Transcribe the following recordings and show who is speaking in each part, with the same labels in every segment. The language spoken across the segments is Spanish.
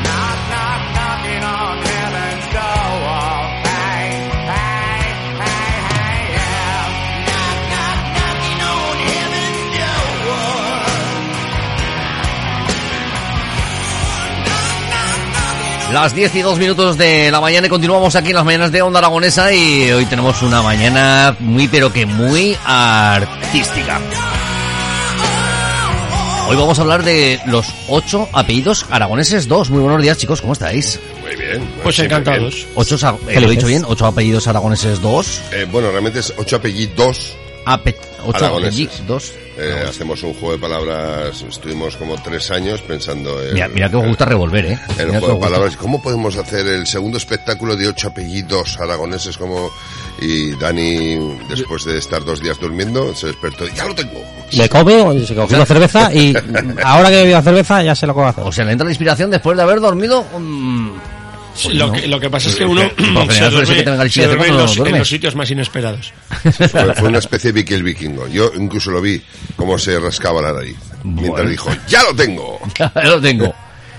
Speaker 1: Knock, knock, knocking on heaven's door. Hey, hey, hey, hey, yeah. Knock, knock, knocking on heaven's door.
Speaker 2: Las 10 y 2 minutos de la mañana y continuamos aquí en las mañanas de Onda Aragonesa y hoy tenemos una mañana muy pero que muy artística. Hoy vamos a hablar de los 8 apellidos aragoneses 2. Muy buenos días chicos, ¿cómo estáis?
Speaker 3: Muy bien.
Speaker 4: Pues
Speaker 3: sí, muy
Speaker 4: encantados.
Speaker 2: Ocho, sa- eh, ¿Lo he dicho bien? 8 apellidos aragoneses 2.
Speaker 3: bien. Eh, bueno, realmente es ocho apellidos.
Speaker 2: Ape 8
Speaker 3: Aragoneses.
Speaker 2: apellidos 2.
Speaker 3: Eh, hacemos un juego de palabras. Estuvimos como tres años pensando en.
Speaker 2: Mira, mira que me gusta revolver, ¿eh?
Speaker 3: el
Speaker 2: Mira que
Speaker 3: juego
Speaker 2: os
Speaker 3: de
Speaker 2: gusta.
Speaker 3: palabras. ¿Cómo podemos hacer el segundo espectáculo de ocho apellidos aragoneses como y Dani después de estar dos días durmiendo se despertó y ya lo tengo.
Speaker 4: Le come o se cogió una cerveza y ahora que he bebido la cerveza ya sé lo que va a hacer.
Speaker 2: O sea, le entra la inspiración después de haber dormido... mm,
Speaker 5: Sí, lo,
Speaker 2: ¿no? Eh,
Speaker 5: que, lo que pasa es que uno
Speaker 2: Por lo general
Speaker 5: se
Speaker 2: suele
Speaker 5: duerme,
Speaker 2: ser que tenga el
Speaker 5: se
Speaker 2: chile
Speaker 5: duerme en,
Speaker 2: cuando
Speaker 5: los, en
Speaker 2: duerme.
Speaker 5: los sitios más inesperados.
Speaker 3: Fue, fue una especie de Vicky el vikingo. Yo incluso lo vi cómo se rascaba la nariz mientras
Speaker 2: Bueno.
Speaker 3: dijo ya lo tengo.
Speaker 2: Ya lo tengo.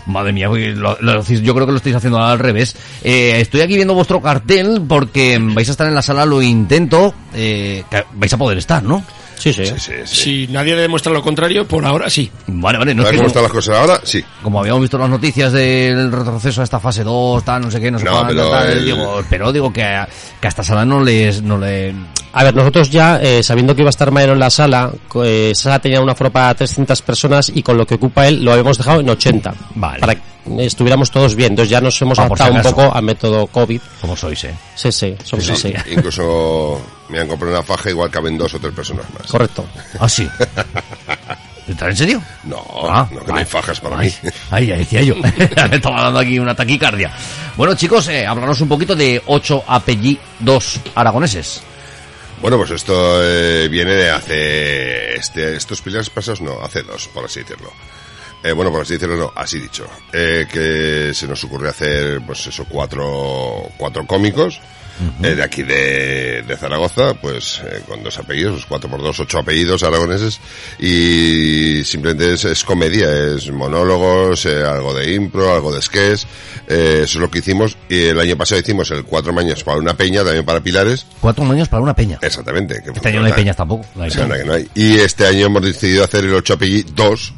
Speaker 2: Madre mía, uy, lo- lo hacéis- yo creo que lo estáis haciendo al revés. Eh, estoy aquí viendo vuestro cartel porque vais a estar en la sala Lo Intento. eh, que vais a poder estar, ¿no?
Speaker 4: Sí, sí.
Speaker 3: Sí, sí, sí.
Speaker 5: Si nadie demuestra lo contrario, por ahora sí.
Speaker 2: Vale, vale. No es
Speaker 3: ¿Sabes
Speaker 2: que
Speaker 3: cómo
Speaker 2: como,
Speaker 3: están las cosas ahora? Sí.
Speaker 2: como habíamos visto en las noticias del retroceso a esta fase 2, tal, no sé qué, no sé
Speaker 3: No,
Speaker 2: cuánto,
Speaker 3: pero
Speaker 2: tal,
Speaker 3: el-
Speaker 2: digo, pero digo que a, que a esta sala no les... No le...
Speaker 4: A ver, nosotros ya, eh, sabiendo que iba a estar Maero en la sala, co- eh, esa sala tenía una foro para 300 personas y con lo que ocupa él lo habíamos dejado en 80.
Speaker 2: Vale.
Speaker 4: Para que estuviéramos todos bien. Entonces ya nos hemos
Speaker 2: Ah, por si
Speaker 4: adaptado un
Speaker 2: acaso.
Speaker 4: poco al método COVID.
Speaker 2: Como sois, ¿eh?
Speaker 4: Sí, sí, somos
Speaker 3: Sí,
Speaker 4: así.
Speaker 3: Incluso me han comprado una faja igual caben dos o tres personas más.
Speaker 4: Correcto.
Speaker 2: Ah, sí. ¿Está en serio?
Speaker 3: No,
Speaker 2: Ah,
Speaker 3: no que no
Speaker 2: vale.
Speaker 3: hay fajas para
Speaker 2: Ay,
Speaker 3: mí.
Speaker 2: Ay, ya decía yo. Estaba dando aquí una taquicardia. Bueno, chicos, eh, háblanos un poquito de ocho apellidos aragoneses.
Speaker 3: Bueno, pues esto eh, viene de hace... Este, estos pilares pasados no, hace dos, por así decirlo. Eh, bueno, por así decirlo no, así dicho. Eh, que se nos ocurrió hacer, pues eso, cuatro, cuatro cómicos. eh, de aquí de, de Zaragoza, pues eh, con dos apellidos, pues, cuatro por dos, ocho apellidos aragoneses y simplemente es, es comedia, es monólogos, eh, algo de impro, algo de sketch, eh, eso es lo que hicimos y el año pasado hicimos el cuatro maños para una peña, también para Pilares,
Speaker 2: Cuatro maños para una peña.
Speaker 3: Exactamente. que
Speaker 2: Este año
Speaker 3: funciona.
Speaker 2: no hay peñas tampoco. No hay
Speaker 3: Sí, anda
Speaker 2: peñas.
Speaker 3: que no hay. Y este año hemos decidido hacer el 8 apellidos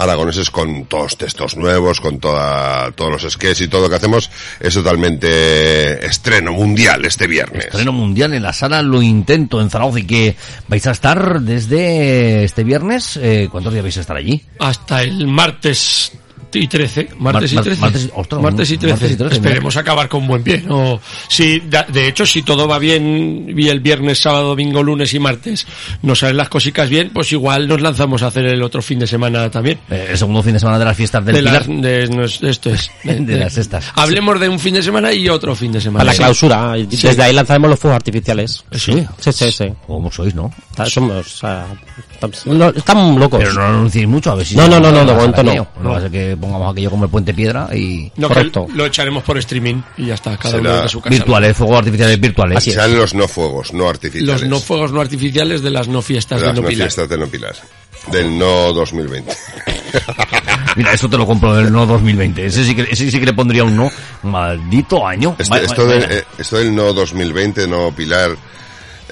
Speaker 3: aragoneses con todos textos nuevos, con toda, todos los sketches y todo lo que hacemos. Es totalmente estreno mundial este viernes.
Speaker 2: Estreno mundial en la sala Lo Intento en Zaragoza y que vais a estar desde este viernes. eh, ¿Cuántos días vais a estar allí?
Speaker 5: Hasta el martes y 13. Martes
Speaker 2: Mar-
Speaker 5: y 13.
Speaker 2: martes- ostras,
Speaker 5: Martes y
Speaker 2: martes
Speaker 5: 13.
Speaker 2: y 13,
Speaker 5: Esperemos acabar con buen pie. No, si, da- de hecho, si todo va bien, y el viernes, sábado, domingo, lunes y martes nos salen las cositas bien, pues igual nos lanzamos a hacer el otro fin de semana también.
Speaker 2: Eh, el segundo fin de semana de las fiestas del
Speaker 5: de
Speaker 2: Pilar.
Speaker 5: las, de, nos- esto es.
Speaker 2: De las estas.
Speaker 5: Hablemos de un fin de semana y otro fin de semana.
Speaker 4: Para la
Speaker 5: Sí.
Speaker 4: clausura. Desde ahí lanzaremos los fuegos artificiales.
Speaker 2: Sí.
Speaker 4: Sí, sí, sí.
Speaker 2: ¿Cómo sois, no?
Speaker 4: Ta- Somos, o sea, tam- no, estamos locos.
Speaker 2: Pero no lo anunciéis mucho, a ver si...
Speaker 4: Pues No, no, no, no,
Speaker 2: va
Speaker 4: de
Speaker 2: a ser
Speaker 4: momento no.
Speaker 2: aquello. No va a ser que pongamos aquello como el puente piedra y...
Speaker 5: No,
Speaker 4: Correcto.
Speaker 5: que lo echaremos por streaming y ya está, cada
Speaker 3: Será
Speaker 5: uno de su casa.
Speaker 2: Virtuales, fuegos artificiales virtuales.
Speaker 4: Así es.
Speaker 3: Sean los no fuegos, no artificiales.
Speaker 5: Los no fuegos no artificiales de las no fiestas
Speaker 3: Las
Speaker 5: de
Speaker 3: no
Speaker 5: no pilar.
Speaker 3: fiestas de no Pilar. Del no 2020.
Speaker 2: Mira, eso te lo compro del no 2020. Ese sí que, ese sí que le pondría un no. Maldito año.
Speaker 3: Este-
Speaker 2: Vaya,
Speaker 3: esto,
Speaker 2: vaya.
Speaker 3: del, eh, esto del no 2020, no Pilar,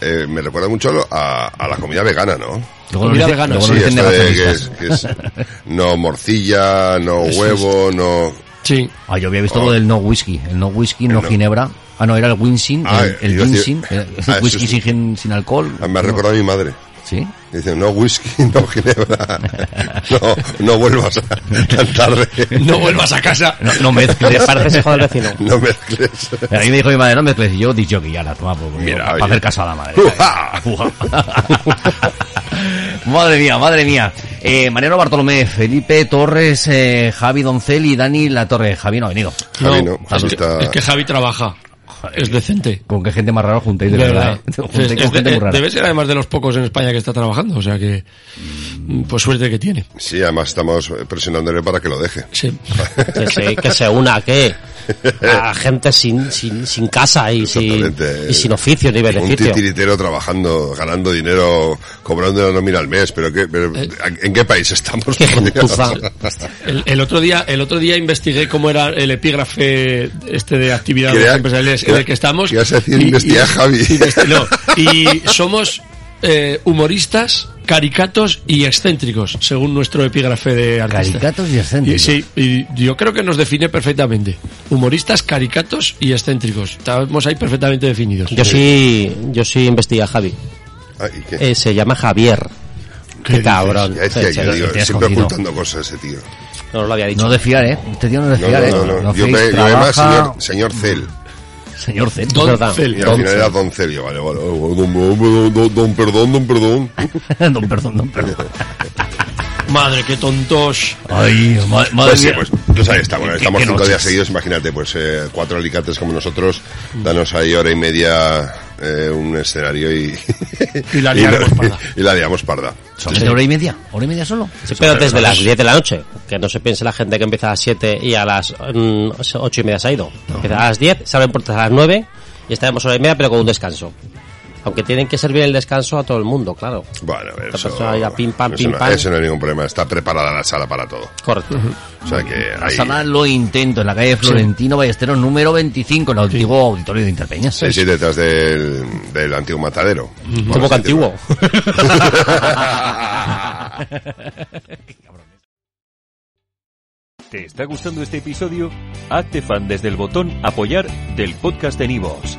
Speaker 3: eh, me recuerda mucho a, a la comida vegana, ¿no?
Speaker 2: Luego nos
Speaker 5: Comida
Speaker 2: dicen-
Speaker 5: vegana,
Speaker 2: luego
Speaker 3: Sí,
Speaker 2: nos dicen
Speaker 3: esto de que es,
Speaker 2: negacionistas.
Speaker 3: que es no morcilla, no huevo, no...
Speaker 5: Sí.
Speaker 2: Ah, yo había visto lo del no whisky. El no whisky, no,
Speaker 3: no.
Speaker 2: ginebra. Ah, no, era el winsin.
Speaker 3: Ah,
Speaker 2: el el
Speaker 3: iba a decir-
Speaker 2: winsin. el- el
Speaker 3: Ah, eso
Speaker 2: whisky
Speaker 3: es-
Speaker 2: sin, gin- sin alcohol.
Speaker 3: Ah, Me ha recordado a mi madre.
Speaker 2: Sí.
Speaker 3: Dice, no whisky, no ginebra, no, no vuelvas a- tan tarde,
Speaker 5: No vuelvas a casa.
Speaker 2: No, no mezcles.
Speaker 4: Parece hijo del vecino.
Speaker 3: no mezcles.
Speaker 2: A mí me dijo mi madre, no mezcles. Y yo, dicho que ya la toma, pues,
Speaker 3: Mira, Uh.
Speaker 2: para
Speaker 3: oye.
Speaker 2: hacer caso a la madre.
Speaker 3: ¡Ujá!
Speaker 2: Ujú. Madre mía, madre mía. Eh, Mariano Bartolomé, Felipe Torres, eh, Javi Doncel y Dani La Torre. Javi no ha venido.
Speaker 3: Javi no, Javi
Speaker 5: es, que,
Speaker 3: está-
Speaker 5: es que Javi trabaja. Es decente.
Speaker 2: Con qué gente más rara os juntéis, de
Speaker 5: De
Speaker 2: verdad.
Speaker 5: verdad.
Speaker 2: ¿eh? Os
Speaker 5: Es-
Speaker 2: juntéis con
Speaker 5: es de-
Speaker 2: gente muy rara.
Speaker 5: debe ser además de los pocos en España que está trabajando, o sea que mm, pues suerte que tiene.
Speaker 3: Sí, además estamos presionándole para que lo deje.
Speaker 5: Sí.
Speaker 4: Que se, que se una, ¿qué? A gente sin, sin, sin casa y sin,
Speaker 3: Exactamente.
Speaker 4: y sin oficio ni
Speaker 3: Un
Speaker 4: beneficio.
Speaker 3: titiritero trabajando, ganando dinero, cobrando una nómina al mes, pero, qué, pero
Speaker 5: Eh.
Speaker 3: ¿en qué país estamos?
Speaker 4: Qué
Speaker 3: por Dios?
Speaker 4: gentuza.
Speaker 5: El, el otro día, el otro día investigué cómo era el epígrafe este de actividades
Speaker 3: Quería-
Speaker 5: empresariales en
Speaker 3: quería-
Speaker 5: el que estamos.
Speaker 3: querías decir
Speaker 5: Y- y-
Speaker 3: investigar, Javi.
Speaker 5: y investi- Este, no, y somos eh, humoristas, caricatos y excéntricos, según nuestro epígrafe de artista.
Speaker 2: Caricatos y excéntricos.
Speaker 5: Y, sí, y yo creo que nos define perfectamente. Humoristas, caricatos y excéntricos. Estamos ahí perfectamente definidos.
Speaker 4: Yo sí, yo sí investigué a Javi.
Speaker 3: Ah, ¿y qué?
Speaker 4: Eh, se llama Javier.
Speaker 5: ¿Qué
Speaker 4: Qué
Speaker 5: dices?
Speaker 4: cabrón.
Speaker 3: Ya decía
Speaker 4: Sí, sí,
Speaker 3: yo,
Speaker 2: sí,
Speaker 3: digo,
Speaker 2: te has
Speaker 3: siempre
Speaker 2: cogido.
Speaker 3: ocultando cosas ese tío.
Speaker 4: No os lo había dicho.
Speaker 2: No de fiar, ¿eh? Este tío no es de
Speaker 3: No,
Speaker 2: fiar, ¿eh?
Speaker 3: no, no, no. Yo,
Speaker 2: hacéis,
Speaker 3: me- yo
Speaker 2: trabaja,
Speaker 3: además, señor, señor Cel.
Speaker 2: señor Zen.
Speaker 5: Don
Speaker 4: verdad.
Speaker 3: Y
Speaker 5: Cel.
Speaker 3: al final era Don Celio, vale, vale. oh, Don, don- don- don perdón, don perdón.
Speaker 2: Don perdón, don perdón.
Speaker 5: Madre, qué tontos.
Speaker 2: Ay, ma- madre
Speaker 3: Pues sí,
Speaker 2: mía.
Speaker 3: pues, pues ahí estamos,
Speaker 2: Qué-
Speaker 3: estamos
Speaker 2: qué
Speaker 3: cinco
Speaker 2: noches.
Speaker 3: días seguidos, imagínate, pues eh, cuatro alicates como nosotros, danos ahí hora y media eh, un escenario y,
Speaker 5: Y la
Speaker 3: y no-
Speaker 5: liamos parda.
Speaker 3: y la liamos parda.
Speaker 2: ¿Solamente hora y media? ¿Hora y media solo?
Speaker 4: Sí, pero desde las 10 de la noche. Que no se piense la gente que empieza a las 7 y a las mm, 8 y media se ha ido. Empieza a las 10, salen puertas a las 9 y estaremos hora y media, pero con un descanso. Aunque tienen que servir el descanso a todo el mundo, claro.
Speaker 3: Bueno, a ver,
Speaker 4: Esta
Speaker 3: eso,
Speaker 4: persona ya pim, pam,
Speaker 3: eso
Speaker 4: pim,
Speaker 3: no,
Speaker 4: pam.
Speaker 3: eso no hay ningún problema, está preparada la sala para todo.
Speaker 4: Correcto.
Speaker 3: O sea que
Speaker 2: La
Speaker 3: ahí,
Speaker 2: sala Lo Intento, en la calle Florentino Ballesteros, número 25, en el antiguo auditorio de Interpeñas.
Speaker 3: sí, sí, detrás del, del antiguo matadero. Por
Speaker 4: Como
Speaker 3: así
Speaker 4: que antiguo.
Speaker 6: ¿Te está gustando este episodio? Hazte fan desde el botón Apoyar del podcast de Nivos.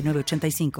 Speaker 7: 906985.